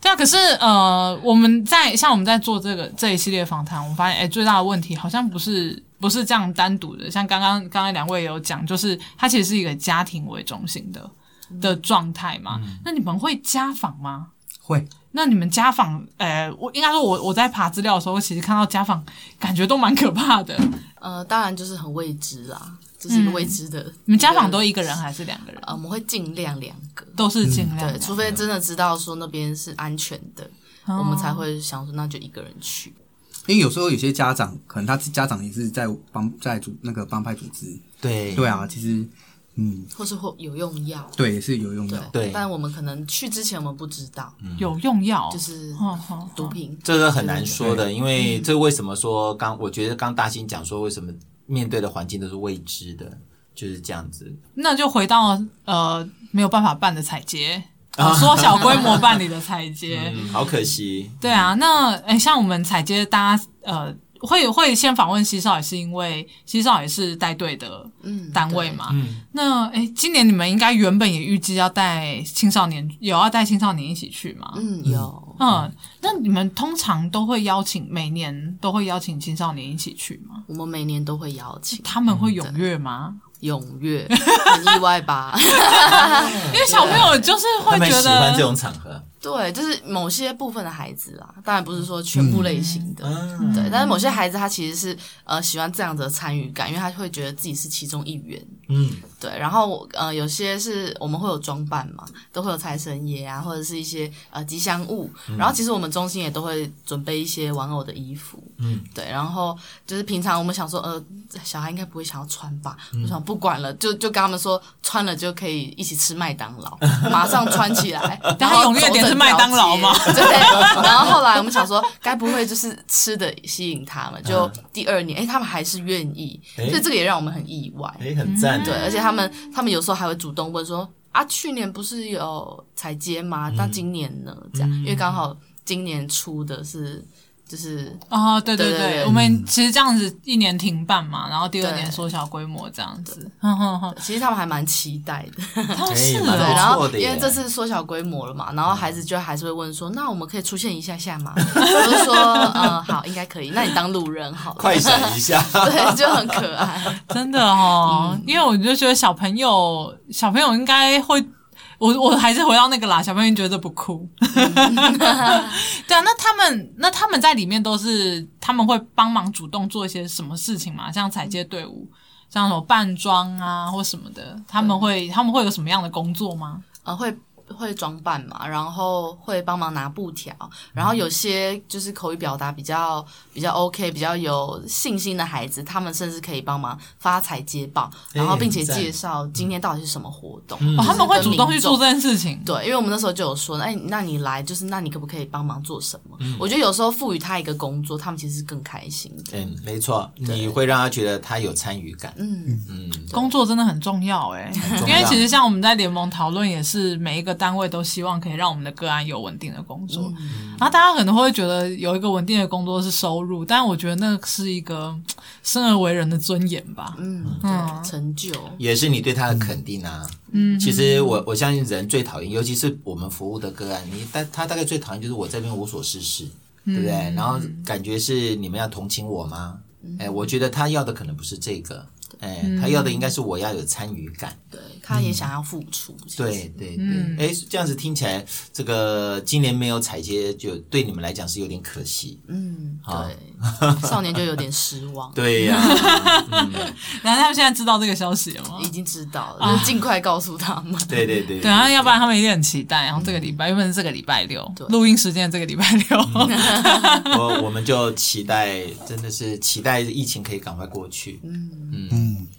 对啊，可是呃，我们在像我们在做这个这一系列访谈，我们发现，哎、最大的问题好像不是不是这样单独的，像刚刚刚才两位也有讲，就是它其实是一个家庭为中心的嗯的状态嘛。那你们会家访吗？会那你们家访，呃，我应该说我，我在爬资料的时候，其实看到家访，感觉都蛮可怕的。呃，当然就是很未知啦，就是一个未知的。嗯你们家访都一个人还是两个人？呃，我们会尽量两个，都是尽量嗯对，两除个嗯非真的知道说那边是安全的，哦我们才会想说那就一个人去。因为有时候有些家长可能他自家长也是在帮在组那个帮派组织，对对啊，其实嗯，或是或有用药。对也是有嗯用的。对但我们可能去之前我们不知道，有用药，就是嗯哦哦毒品。这个很难说的，因为这为什么说刚我觉得刚大兴讲说为什么面对的环境都是未知的，就是这样子。那就回到呃没有办法办的采接，呃缩小规模办 理的采接。啊嗯，好可惜。对啊，那诶像我们采接，大家呃会会先访问西少，也是因为西少也是带队的嗯，哦单位对，嘛。嗯，那诶今年你们应该原本也预计要带青少年，有要带青少年一起去吗？嗯，有，嗯，那你们通常都会邀请，每年都会邀请青少年一起去吗？我们每年都会邀请，他们会嗯踊跃吗？踊跃，很意外吧？ 因为小朋友就是他会们觉喜欢这得，种场合。对，就是某些部分的孩子啦，当然不是说全部类型的，嗯，对，但是某些孩子他其实是呃喜欢这样的参与感，因为他会觉得自己是其中一员。嗯，对，然后呃，有些是我们会有装扮嘛，都会有财神爷啊，或者是一些呃吉祥物。嗯然后其实我们中心也都会准备一些玩偶的衣服，嗯，对。然后就是平常我们想说，呃，小孩应该不会想要穿吧？嗯我想不管了，就就跟他们说穿了就可以一起吃麦当劳，马上穿 起来。但然他后踊跃点是麦当劳吗走整条街？ 对。然后后来我们想说，该不会就是吃的吸引他们？就嗯第二年，哎，他们还是愿意，诶所以这个也让我们很意外。哎，很赞。对，而且他们他们有时候还会主动问说啊，去年不是有裁接吗？嗯那今年呢？这样，因为刚好今年出的是就是哦，对对对对对，对我们其实这样子一年停办嘛，然后第二对年缩小规模这样子，哼哼哼，其实他们还蛮期待的，他哎们是蛮对，不哦，然后错的耶嗯因为这次缩小规模了嘛，然后孩子就还是会问说，那我们可以出现一下下吗？ 我就说，嗯，好，应该可以，那你当路人好了，快闪一下，对，就很可爱，真的哦，因为我就觉得小朋友小朋友应该会。我我还是回到那个啦，小朋友觉得不酷， 对啊，那他们那他们在里面都是他们会帮忙主动做一些什么事情嘛？像采接队伍，像什么扮装啊或什么的，他们会他们会有什么样的工作吗？呃，会。会装扮嘛，然后会帮忙拿布条，然后有些就是口语表达比较比较 OK、比较有信心的孩子，他们甚至可以帮忙发财接报，然后并且哎很赞介绍今天到底是什么活动，嗯哦，他们会主动去做做。这件事情，对，因为我们那时候就有说，哎，那你来就是，那你可不可以帮忙做什么？嗯我觉得有时候赋予他一个工作，他们其实是更开心的。嗯，没错，你会让他觉得他有参与感。嗯，嗯，工作真的很重要哎、重因要为其实像我们在联盟讨论，也是每一个单位都希望可以让我们的个案有稳定的工作。然后大家可能会觉得有一个稳定的工作是收入，但我觉得那是一个嘖生而为人的尊严吧。嗯，嗯对，成就，也是你对他的肯定啊。嗯，其实我我相信人最讨厌，尤其是我们服务的个案，你大他大概最讨厌就是我这边无所事事，对不对？然后感觉是你们要同情我吗？哎，我觉得他要的可能不是这个，哎，他要的应该是我要有参与感。对，他也想要付出。其实对，对对，哎，这样子听起来，这个今年没有采接，就对你们来讲是有点可惜。嗯，好对，少年就有点失望。对呀、然后他们现在知道这个消息了吗已？经知道了，就是尽快告诉他们。对对对对啊，要不然他们一定很期待。然后这个礼拜，原本是这个礼拜六对录音时间，这个礼拜六。啊我我们就期待，真的是期待疫情可以赶快过去。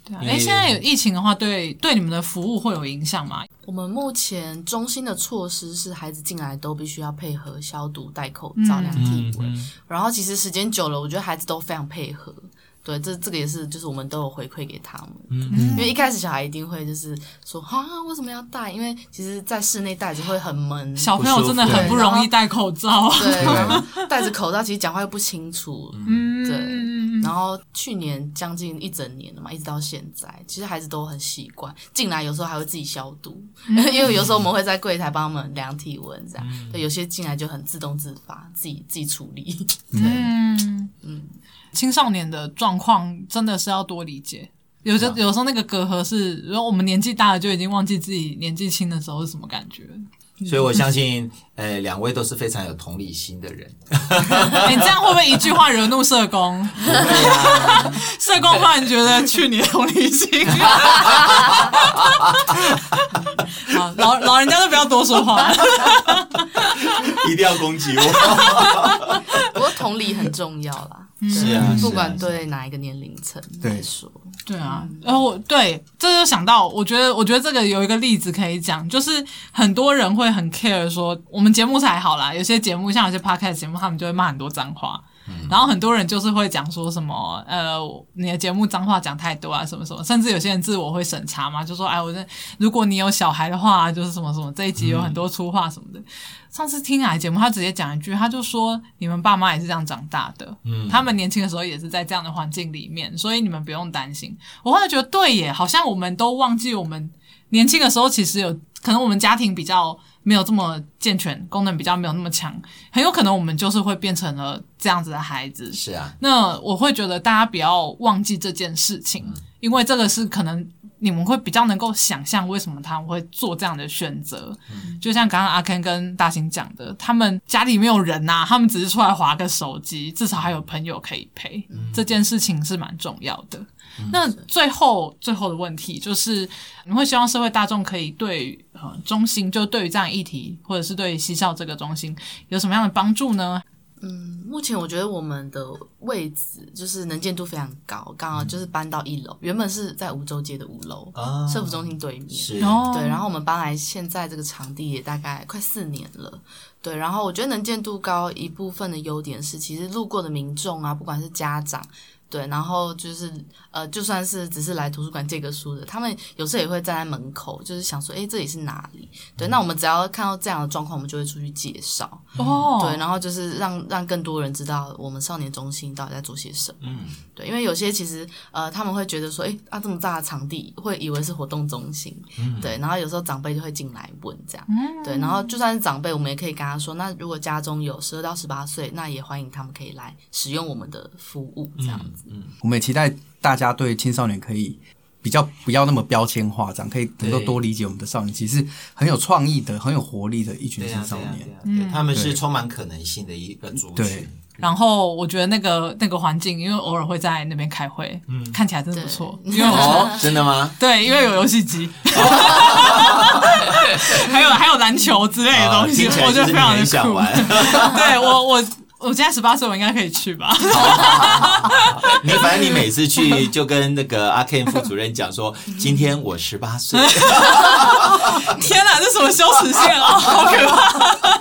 对啊，因哎、为现在有疫情的话，对对你们的服务会有影响吗？我们目前中心的措施是，孩子进来都必须要配合嗯嗯消毒、戴口罩、量体温。然后其实时间久了，我觉得孩子都非常配合。对，这这个也是，就是我们都有回馈给他们，因为一开始小孩一定会就是说啊，为什么要戴？因为其实，在室内戴着会很闷，小朋友真的很不容易戴口罩。对，然后戴着口罩，其实讲话又不清楚，嗯，对然后去年将近一整年了嘛，一直到现在，其实孩子都很习惯。进来有时候还会自己消毒，嗯 因为有时候我们会在柜台帮他们量体温，这样。嗯对，有些进来就很自动自发，自己自己处理。 嗯嗯，青少年的状况真的是要多理解。有时、有时候那个隔阂是，如果我们年纪大了就已经忘记自己年纪轻的时候是什么感觉。所以我相信，呃，两位都是非常有同理心的人。哎你、这样会不会一句话惹怒社工？社工突然觉得去你的同理心。好，老老人家都不要多说话。 一定要攻击我。不过同理很重要啦，嗯是啊，不管对哪一个年龄层来说，对啊，然后我对这就想到，我觉得我觉得这个有一个例子可以讲，就是很多人会很 care 说，我们节目才好啦，有些节目像有些 podcast 节目，他们就会骂很多脏话。然后很多人就是会讲说什么，呃，你的节目脏话讲太多啊，什么什么，甚至有些人自我会审查嘛，就说，哎，我这如果你有小孩的话，就是什么什么，这一集有很多粗话什么的。上次听哪节目，他直接讲一句，他就说，你们爸妈也是这样长大的，嗯，他们年轻的时候也是在这样的环境里面，所以你们不用担心。我后来觉得对耶，好像我们都忘记我们年轻的时候其实有可能我们家庭比较没有这么健全，功能比较没有那么强，很有可能我们就是会变成了这样子的孩 子。是啊，那我会觉得大家不要忘记这件事情，因为这个是可能你们会比较能够想象为什么他们会做这样的选择。就像刚刚阿 Ken 跟大兴讲的，他们家里没有人呐、他们只是出来划个手机，至少还有朋友可以陪，这件事情是蛮重要的。那最后最后的问题就是，呃你会希望社会大众可以对呃中心，就对于这样议题，或者是对于西校这个中心有什么样的帮助呢？嗯，目前我觉得我们的位置就是能见度非常高，刚好就是搬到一楼，原本是在梧州街的五楼，啊，社福中心对面。是哦对，然后我们搬来现在这个场地也大概快四年了，对，然后我觉得能见度高一部分的优点是，其实路过的民众啊，不管是家长。对，然后就是呃，就算是只是来图书馆借个书的，他们有时候也会站在门口，就是想说，诶，这里是哪里？对，那我们只要看到这样的状况，我们就会出去介绍。哦，对，然后就是让让更多人知道我们少年中心到底在做些什么。嗯，对，因为有些其实呃，他们会觉得说，诶，啊这么大的场地，会以为是活动中心，对，然后有时候长辈就会进来问这样，对，然后就算是长辈，我们也可以跟他说，那如果家中有十二到十八岁，那也欢迎他们可以来使用我们的服务这样子，我们也期待大家对青少年可以比较不要那么标签化，这样可以能够对多理解我们的少年，其实是很有创意的、很有活力的一群对青啊，少对啊年。对啊，对他们是对充满可能性的一个族群对。然后我觉得那个那个环境，因为偶尔会在那边开会，看起来真的不错。因为我 哦，真的吗？对，因为有游戏机， 还有还有篮球之类的啊东哦西，听起来我觉就得是非你常很的想酷。玩， 对我我我现在十八岁，我应该可以去吧？你反正你每次去就跟那个阿 Ken 副主任讲 说，今天我十八 岁，天哪，这什么羞耻线 哦，好可怕！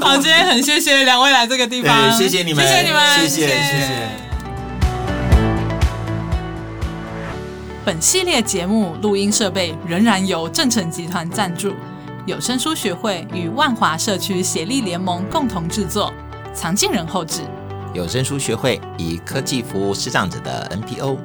好，今天很谢谢两位来这个地方，哎对，谢谢你们，谢谢你们，谢谢，谢谢。本系列节目录音设备仍然由正成集团赞助，有声书学会与万华社区协力联盟共同制作，藏进人后制。有声书学会以科技服务视障者的 NPO